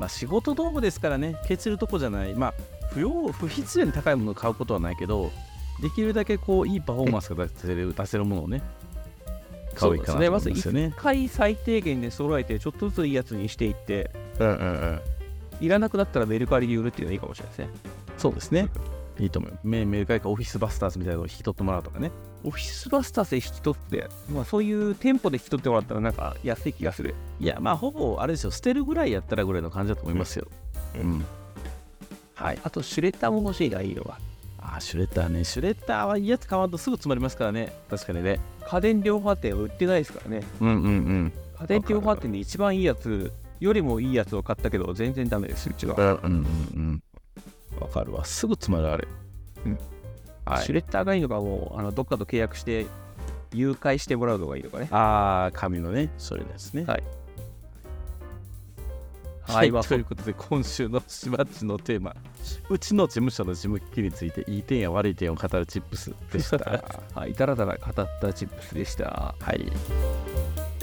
[SPEAKER 1] まあ仕事道具ですからねケチるとこじゃないまあ不要不必要に高いものを買うことはないけどできるだけこういいパフォーマンスが出せる出せるものをね買うべきかなと思うんですよね
[SPEAKER 2] 一回最低限で揃えてちょっとずついいやつにしていって
[SPEAKER 1] うんうんうん
[SPEAKER 2] いらなくなったらメルカリで売るっていうのがいいかもしれないですね
[SPEAKER 1] そうですねいいと思うメメール会かオフィスバスターズみたいなのを引き取ってもらうとかね
[SPEAKER 2] オフィスバスターズで引き取って、まあ、そういう店舗で引き取ってもらったらなんか安い気がする
[SPEAKER 1] いやまあほぼあれですよ捨てるぐらいやったらぐらいの感じだと思いますよ
[SPEAKER 2] うん
[SPEAKER 1] うんはい
[SPEAKER 2] あとシュレッダーも欲しいな色が
[SPEAKER 1] あーシュレッダーねシュレッダーはいいやつ買わんとすぐ詰まりますからね確かにね
[SPEAKER 2] 家電量販店は売ってないですからね
[SPEAKER 1] うんうんうん
[SPEAKER 2] 家電量販店で一番いいやつよりもいいやつを買ったけど全然ダメですうちは、
[SPEAKER 1] うんうんうんわかるわすぐ詰まるあれ
[SPEAKER 2] うん
[SPEAKER 1] はい
[SPEAKER 2] シュレッダーがいいのかもうあのどっかと契約して誘拐してもらうのがいいのかね
[SPEAKER 1] ああ、紙のね、それですね。
[SPEAKER 2] はい。
[SPEAKER 1] は、
[SPEAKER 2] はいいまあ
[SPEAKER 1] ということで、今週のしまっちのテーマ、うちの事務所の事務機器について、いい点や悪い点を語るチップスでした。は
[SPEAKER 2] はい、だらだら語ったチップスでした。
[SPEAKER 1] い。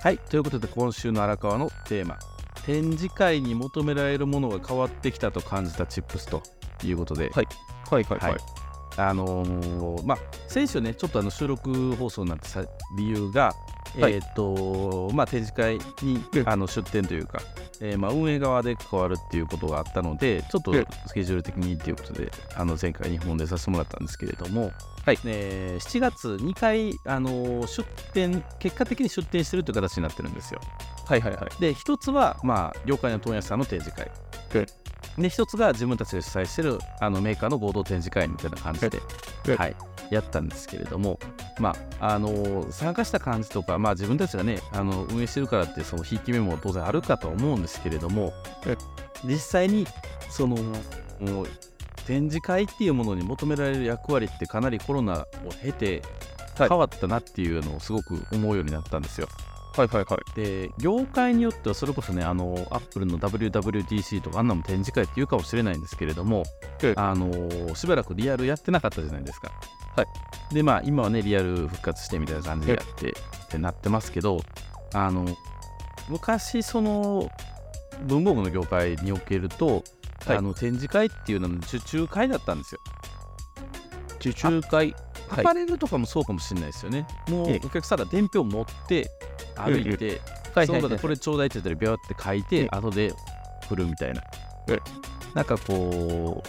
[SPEAKER 1] はい、ということで、今週の荒川のテーマ、展示会に求められるものが変わってきたと感じたチップスということで、
[SPEAKER 2] はいはいはい
[SPEAKER 1] はいあのーまあ、先週ね、ちょっとあの収録放送になってさ理由が、
[SPEAKER 2] はい
[SPEAKER 1] えーっとまあ、展示会に
[SPEAKER 2] うん
[SPEAKER 1] あの出展というか、えーまあ、運営側で関わるっていうことがあったので、ちょっと
[SPEAKER 2] うん
[SPEAKER 1] スケジュール的にっていうことで、あの前回、日本でさせてもらったんですけれども、
[SPEAKER 2] はい
[SPEAKER 1] えー7月2回、あのー出展結果的に出展してるという形になってるんですよ。
[SPEAKER 2] はいはいはい。
[SPEAKER 1] で一つは、まあ、業界の問屋さんの展示会
[SPEAKER 2] うん。
[SPEAKER 1] で一つが自分たちが主催してるあのメーカーの合同展示会みたいな感じで
[SPEAKER 2] うん、
[SPEAKER 1] はい、やったんですけれども、まああの参加した感じとか、まあ、自分たちが、ね、あの運営してるからってそのひいき目も当然あるかと思うんですけれども実際にそのもう展示会っていうものに求められる役割ってかなりコロナを経て
[SPEAKER 2] はい
[SPEAKER 1] 変わったなっていうのをすごく思うようになったんですよ。
[SPEAKER 2] はいはいはい。
[SPEAKER 1] で業界によってはそれこそねあのアップルの WWDC とかあんなのも展示会っていうかもしれないんですけれども、
[SPEAKER 2] ええ
[SPEAKER 1] あのしばらくリアルやってなかったじゃないですか。、
[SPEAKER 2] はい
[SPEAKER 1] でまあ今はねリアル復活してみたいな感じでやってってなってますけどあの昔その文房具の業界におけると、
[SPEAKER 2] はい
[SPEAKER 1] あの展示会っていうのの受注会だったんですよ。
[SPEAKER 2] 受注会。
[SPEAKER 1] アパレルとかもそうかもしれないですよね。もう
[SPEAKER 2] ええ
[SPEAKER 1] お客さんが伝票持って歩いて、
[SPEAKER 2] はい
[SPEAKER 1] そ
[SPEAKER 2] は
[SPEAKER 1] の
[SPEAKER 2] いは
[SPEAKER 1] 場で
[SPEAKER 2] い。
[SPEAKER 1] これちょうだいって言ったらビャーって書い
[SPEAKER 2] え
[SPEAKER 1] て、
[SPEAKER 2] え
[SPEAKER 1] 後で振るみたいな
[SPEAKER 2] え。
[SPEAKER 1] なんかこ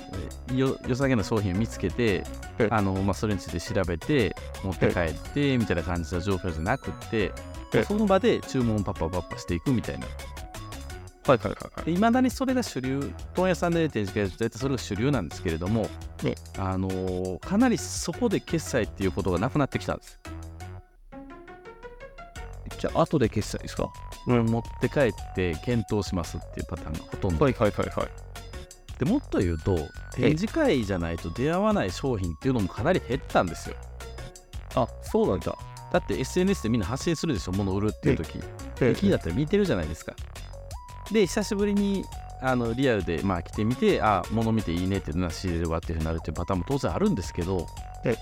[SPEAKER 1] うよ良さげな商品を見つけ
[SPEAKER 2] え
[SPEAKER 1] て
[SPEAKER 2] え
[SPEAKER 1] あの、まあ、それについて調べて持って帰ってみたいな感じの状況じゃなくって
[SPEAKER 2] ええ
[SPEAKER 1] その場で注文をパッパパッパしていくみたいな
[SPEAKER 2] はいはいはいはい。
[SPEAKER 1] いまだにそれが主流問屋さんで展示会やると大体それが主流なんですけれども、
[SPEAKER 2] ね
[SPEAKER 1] あのーかなりそこで決済っていうことがなくなってきたんです
[SPEAKER 2] じゃあ、後で決済ですか
[SPEAKER 1] うん持って帰って検討しますっていうパターンがほとんど、
[SPEAKER 2] はいはいはいはい。
[SPEAKER 1] でもっと言うと展示会じゃないと出会わない商品っていうのもかなり減ったんですよ
[SPEAKER 2] あ、そうなんだ。
[SPEAKER 1] だって SNS でみんな発信するでしょ物売るっていう時
[SPEAKER 2] え
[SPEAKER 1] 気になったら見てるじゃないですかで久しぶりにあのリアルでまあ来てみてあ物見ていいねってな仕入れるわっていうふうになるっていうパターンも当然あるんですけど
[SPEAKER 2] え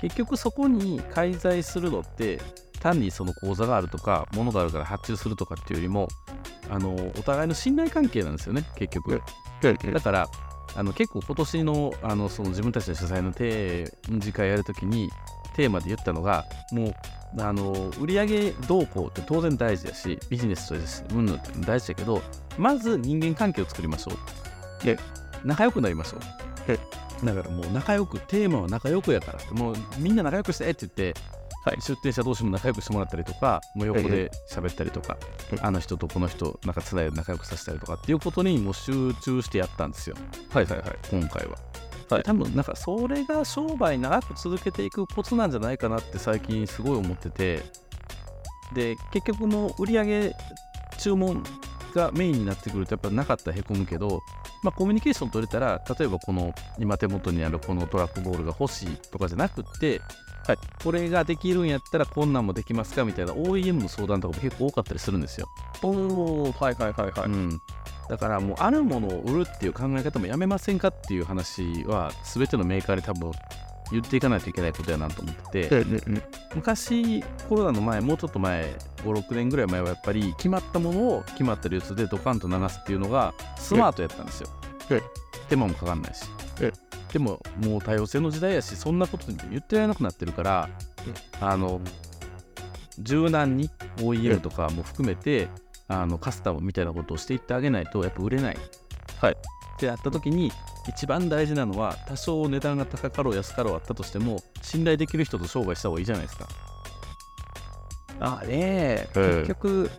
[SPEAKER 1] 結局そこに介在するのって単にその口座があるとか物があるから発注するとかっていうよりもあのお互いの信頼関係なんですよね結局だからあの結構今年のあのその自分たちの主催の展示会やるときにテーマで言ったのがもうあの売上動向って当然大事だしビジネスとしてうんぬんって大事だけどまず人間関係を作りましょう
[SPEAKER 2] え
[SPEAKER 1] 仲良くなりましょう
[SPEAKER 2] え
[SPEAKER 1] だからもう仲良くテーマは仲良くやからってもうみんな仲良くしてって言って、
[SPEAKER 2] はい
[SPEAKER 1] 出店者同士も仲良くしてもらったりとかもう横
[SPEAKER 2] え
[SPEAKER 1] で喋ったりとか
[SPEAKER 2] え
[SPEAKER 1] あの人とこの人なんかつないで仲良くさせたりとかっていうことにもう集中してやったんですよ
[SPEAKER 2] はいはいはい。
[SPEAKER 1] 今回は、
[SPEAKER 2] はい
[SPEAKER 1] 多分なんかそれが商売長く続けていくコツなんじゃないかなって最近すごい思っててで結局の売り上げ注文がメインになってくるとやっぱなかったらへこむけど、まあ、コミュニケーション取れたら例えばこの今手元にあるこのトラックボールが欲しいとかじゃなくって、はい、これができるんやったらこんなんもできますかみたいな OEM の相談とかも結構多かったりするんですよ。
[SPEAKER 2] おー、はいはいはいは
[SPEAKER 1] うん、だからもうあるものを売るっていう考え方もやめませんかっていう話は全てのメーカーで多分言っていかないといけないことやなと思ってて昔コロナの前もうちょっと前56年ぐらい前はやっぱり決まったものを決まった流通でドカンと流すっていうのがスマートやったんですよ
[SPEAKER 2] ええ
[SPEAKER 1] 手間もかかんないし
[SPEAKER 2] え
[SPEAKER 1] でももう多様性の時代やしそんなこと言ってられなくなってるから
[SPEAKER 2] え
[SPEAKER 1] あの柔軟に OEM とかも含めてあのカスタムみたいなことをしていってあげないとやっぱ売れない。
[SPEAKER 2] はい
[SPEAKER 1] ってやった時に一番大事なのは多少値段が高かろう安かろうあったとしても信頼できる人と商売した方がいいじゃないですか。
[SPEAKER 2] あーね
[SPEAKER 1] ええ
[SPEAKER 2] ー、結局、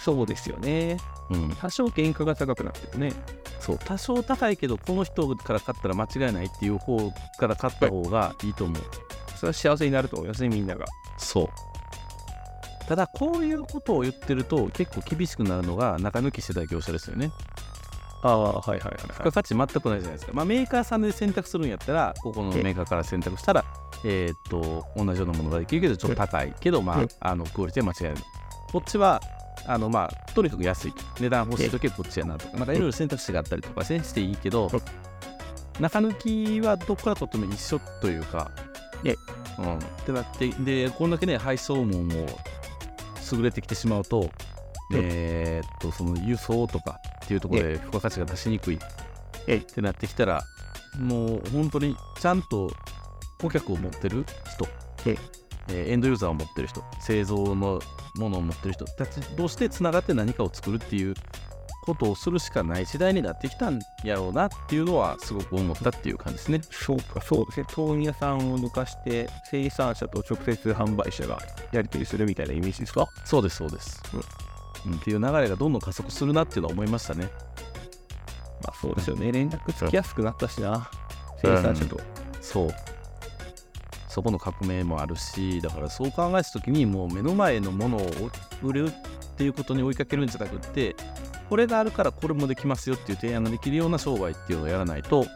[SPEAKER 2] そうですよね。
[SPEAKER 1] うん、
[SPEAKER 2] 多少原価が高くなってるね。
[SPEAKER 1] そう多少高いけどこの人から買ったら間違いないっていう方から買った方がいいと思う。
[SPEAKER 2] それは幸せになると思いますね、みんなが。
[SPEAKER 1] そうただこういうことを言ってると結構厳しくなるのが中抜きしてた業者ですよね。
[SPEAKER 2] ああ、はいはい
[SPEAKER 1] 付加価値全くないじゃないですか、まあ、メーカーさんで選択するんやったらここのメーカーから選択したらえーっと同じようなものができるけどちょっと高いけどま
[SPEAKER 2] うん
[SPEAKER 1] ああのクオリティは間違いないこっちはあのまあとにかく安い値段欲しい時はこっちやなとかなんかいろいろ選択肢があったりとか選していいけど
[SPEAKER 2] うん
[SPEAKER 1] 中抜きはどこからとっても一緒というか
[SPEAKER 2] ね
[SPEAKER 1] うんってなってでこんだけね配送網も優れてきてしまうと
[SPEAKER 2] うん
[SPEAKER 1] えーっとその輸送とかっていうところで付加価値が出しにくい
[SPEAKER 2] ええ
[SPEAKER 1] ってなってきたらもう本当にちゃんと顧客を持ってる人
[SPEAKER 2] ええ
[SPEAKER 1] えーエンドユーザーを持ってる人製造のものを持ってる人たち同士でつながって何かを作るっていうことをするしかない時代になってきたんやろうなっていうのはすごく思ったっていう感じですね。
[SPEAKER 2] そうか、そうですね。問屋さんを抜かして、生産者と直接販売者がやり取りするみたいなイメージですか
[SPEAKER 1] そうですそうです、うん、っていう流れがどんどん加速するなっていうのは思いましたね。
[SPEAKER 2] まあそうですよね。連絡つきやすくなったしな。生産者と。
[SPEAKER 1] そうそこの革命もあるしだからそう考えた時にもう目の前のものを売るっていうことに追いかけるんじゃなくってこれがあるからこれもできますよっていう提案ができるような商売っていうのをやらないと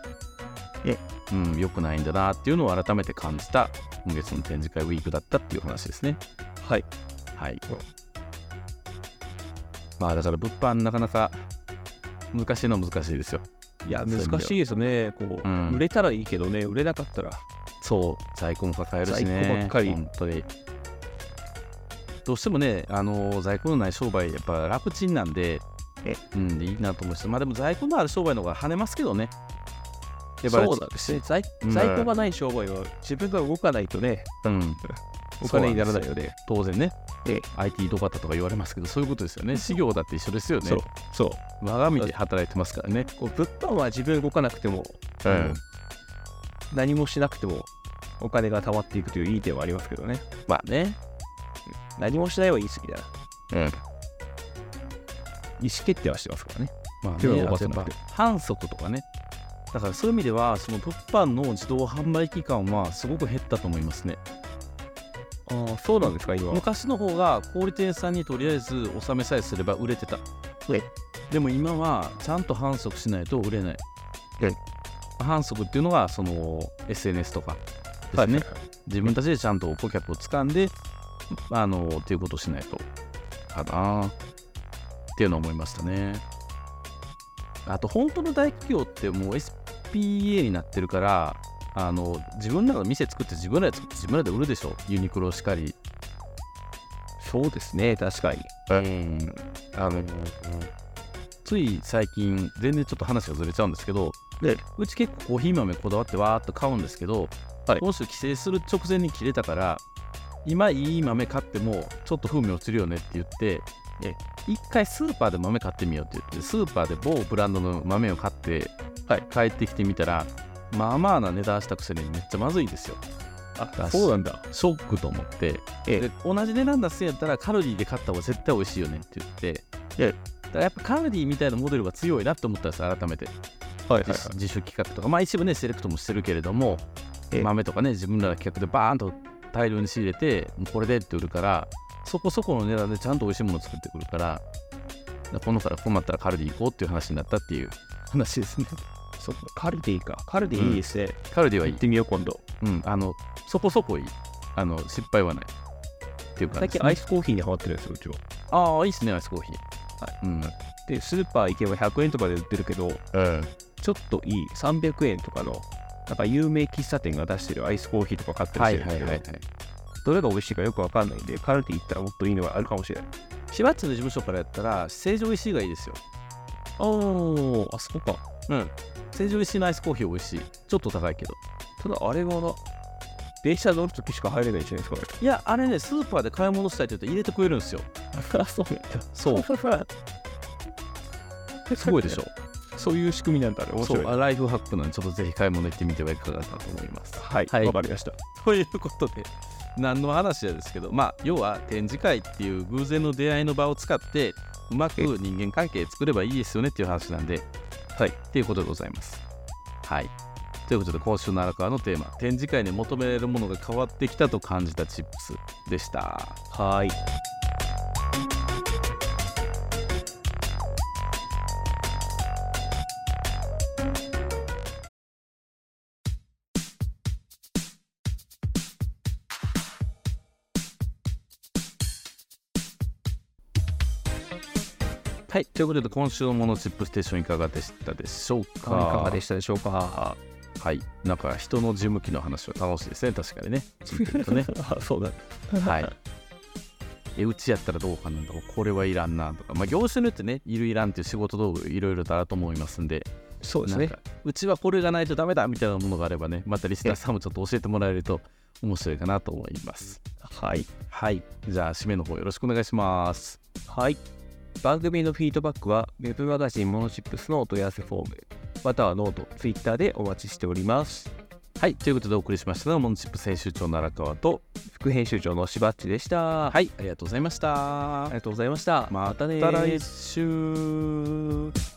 [SPEAKER 2] え
[SPEAKER 1] うん、良くないんだなっていうのを改めて感じた今月の展示会ウィークだったっていう話ですね。
[SPEAKER 2] はい。
[SPEAKER 1] はい、
[SPEAKER 3] うん
[SPEAKER 1] まあだから物販なかなか難しいのは難しいですよ
[SPEAKER 2] いや、
[SPEAKER 1] そういう意味では
[SPEAKER 2] 難しいですね。こう、
[SPEAKER 1] うん
[SPEAKER 2] 売れたらいいけどね、売れなかったら。
[SPEAKER 1] そう在庫も抱えるしね
[SPEAKER 2] 在庫ばっかり
[SPEAKER 1] 本当にどうしてもね、あの在庫のない商売やっぱ楽ちんなんで
[SPEAKER 3] え
[SPEAKER 1] うん、いいなと思うしまあでも在庫のある商売の方が跳ねますけどねやっぱり
[SPEAKER 2] そうなんですね。在
[SPEAKER 1] うん
[SPEAKER 2] 在庫がない商売は自分が動かないとね、
[SPEAKER 1] うん、
[SPEAKER 2] お金にならない
[SPEAKER 1] そう
[SPEAKER 2] よね。
[SPEAKER 1] 当然ね
[SPEAKER 3] え
[SPEAKER 1] IT どかったとか言われますけどそういうことですよね事業だって一緒ですよね
[SPEAKER 2] そうそう。
[SPEAKER 1] 我が身で働いてますからね
[SPEAKER 2] こう物販は自分動かなくても、
[SPEAKER 1] うん
[SPEAKER 2] 何もしなくても、お金が貯まっていくといういい点はありますけどね。
[SPEAKER 1] まあね
[SPEAKER 2] 何もしないは言い過ぎだな。
[SPEAKER 1] うん
[SPEAKER 2] 意思決定はしてますからね。
[SPEAKER 1] まあ
[SPEAKER 2] 手が
[SPEAKER 1] ね、
[SPEAKER 2] 伸ば
[SPEAKER 1] あと
[SPEAKER 2] せ
[SPEAKER 1] やっ
[SPEAKER 2] な
[SPEAKER 1] ぱ
[SPEAKER 2] くて
[SPEAKER 1] 反則とかね。だからそういう意味では、その物販の自動販売機間はすごく減ったと思いますね。
[SPEAKER 2] ああ、そうなんですか、今は。
[SPEAKER 1] 昔の方が小売店さんにとりあえず納めさえすれば売れてた
[SPEAKER 3] え。
[SPEAKER 1] でも今はちゃんと反則しないと売れない
[SPEAKER 3] え。
[SPEAKER 1] 反則っていうのがその SNS とかですね。自分たちでちゃんと顧客を掴んで、あの、っていうことをしないと。かなっていうのを思いましたね。あと、本当の大企業ってもう SPA になってるから、あの、自分らが店作って自分らで作って自分らで売るでしょ。ユニクロしかり。
[SPEAKER 2] そうですね、確かに。
[SPEAKER 3] うん。あの、
[SPEAKER 1] つい最近、全然ちょっと話がずれちゃうんですけど、
[SPEAKER 3] で、
[SPEAKER 1] うち結構コーヒー豆こだわってわーっと買うんですけど、
[SPEAKER 3] はい
[SPEAKER 1] 今週帰省する直前に切れたから今いい豆買ってもちょっと風味落ちるよねって言って
[SPEAKER 3] え
[SPEAKER 1] 一回スーパーで豆買ってみようって言ってスーパーで某ブランドの豆を買って、帰ってきてみたらまあまあな値段したくせにめっちゃまずいんですよ
[SPEAKER 2] あ、そうなんだ。
[SPEAKER 1] ショックと思って
[SPEAKER 3] ええ
[SPEAKER 1] で同じ値段出すんやったらカロリーで買った方が絶対美味しいよねって言って
[SPEAKER 3] え
[SPEAKER 1] だからやっぱカロリーみたいなモデルが強いなって思ったんです改めて
[SPEAKER 3] はいはいはい
[SPEAKER 1] 自自主企画とか、まあ、一部ねセレクトもしてるけれども
[SPEAKER 3] ええ
[SPEAKER 1] 豆とかね自分らの企画でバーンと大量に仕入れてもうこれでって売るからそこそこの値段でちゃんと美味しいものを作ってくるから今度から困ったらカルディ行こうっていう話になったっていう 話ですね
[SPEAKER 2] そっかカルディか。カルディいいですね。
[SPEAKER 1] カルディはいい
[SPEAKER 2] 行ってみよう、今度。
[SPEAKER 1] うんあのそこそこいいあの失敗はないっていう感
[SPEAKER 2] 最
[SPEAKER 1] じです、
[SPEAKER 2] 近
[SPEAKER 1] ね、
[SPEAKER 2] アイスコーヒーにハマってるんですよ、うちは。
[SPEAKER 1] ああいいっすねアイスコーヒーはい、うん
[SPEAKER 2] で、スーパー行けば100円とかで売ってるけど、ちょっといい300円とかの、なんか有名喫茶店が出してるアイスコーヒーとか買った
[SPEAKER 1] は
[SPEAKER 2] り
[SPEAKER 1] い
[SPEAKER 2] してるん
[SPEAKER 1] は
[SPEAKER 2] です
[SPEAKER 1] い
[SPEAKER 2] け
[SPEAKER 1] は
[SPEAKER 2] ど、
[SPEAKER 1] いはい
[SPEAKER 2] どれが美味しいかよくわかんないんで、カルディ行ったらもっといいのがあるかもしれない。
[SPEAKER 1] 芝っちの事務所からやったら成城石井がいいですよ
[SPEAKER 2] おー、あそこか。
[SPEAKER 1] うん成城石井のアイスコーヒー美味しいちょっと高いけど
[SPEAKER 2] ただ、あれはな、電車乗るときしか入れないじゃないです
[SPEAKER 1] いや、あれね、スーパーで買い物したいって言って入れてくれるんですよ。
[SPEAKER 2] か。あ、 そうなんだ。
[SPEAKER 1] そう。 すごいでしょ。
[SPEAKER 2] そういう仕組みなんだね。面
[SPEAKER 1] そ
[SPEAKER 2] 白
[SPEAKER 1] う、
[SPEAKER 2] い。
[SPEAKER 1] あライフハックなんで、ちょっとぜひ買い物行ってみてはいかがかと思います。
[SPEAKER 2] はい、
[SPEAKER 1] は
[SPEAKER 2] わ、
[SPEAKER 1] い
[SPEAKER 2] かり ました。
[SPEAKER 1] ということで、何の話やですけど、まあ、要は展示会っていう偶然の出会いの場を使って、うまく人間関係作ればいいですよねっていう話なんで、はい。っていうことでございます。はい。ということで、今週の荒川のテーマ、展示会に求められるものが変わってきたと感じたチップスでした。
[SPEAKER 2] はい。
[SPEAKER 1] はい、ということで今週のモノチップステーションいかがでしたでしょう
[SPEAKER 2] いか
[SPEAKER 1] か
[SPEAKER 2] がでしたでしょうか。。
[SPEAKER 1] はい、なんか人の事務機の話は楽しいですね、確かにね。聞いてるとね
[SPEAKER 2] あ、そうだ。
[SPEAKER 1] はい。え、うちやったらどうかなとか、これはいらんなとか、まあ業種によってね、いるいらんっていう仕事道具いろいろだなと思いますんで、
[SPEAKER 2] そうです
[SPEAKER 1] なん
[SPEAKER 2] ね。
[SPEAKER 1] かうちはこれがないとダメだみたいなものがあればね、またリスナーさんもちょっと教えてもらえると面白いかなと思います。
[SPEAKER 2] はい。
[SPEAKER 1] はい、じゃあ締めの方よろしくお願いします。
[SPEAKER 2] はい。番組のフィードバックは、ウェブマガジンモノチップスのお問い合わせフォーム、またはノート、ツイッターでお待ちしております。
[SPEAKER 1] はい、ということでお送りしましたのはモノチップ編集長の荒川と、
[SPEAKER 2] 副編集長のしばっちでした。
[SPEAKER 1] はい、ありがとうございました
[SPEAKER 2] あり。がとうございました。
[SPEAKER 1] また
[SPEAKER 2] ね
[SPEAKER 1] 来週。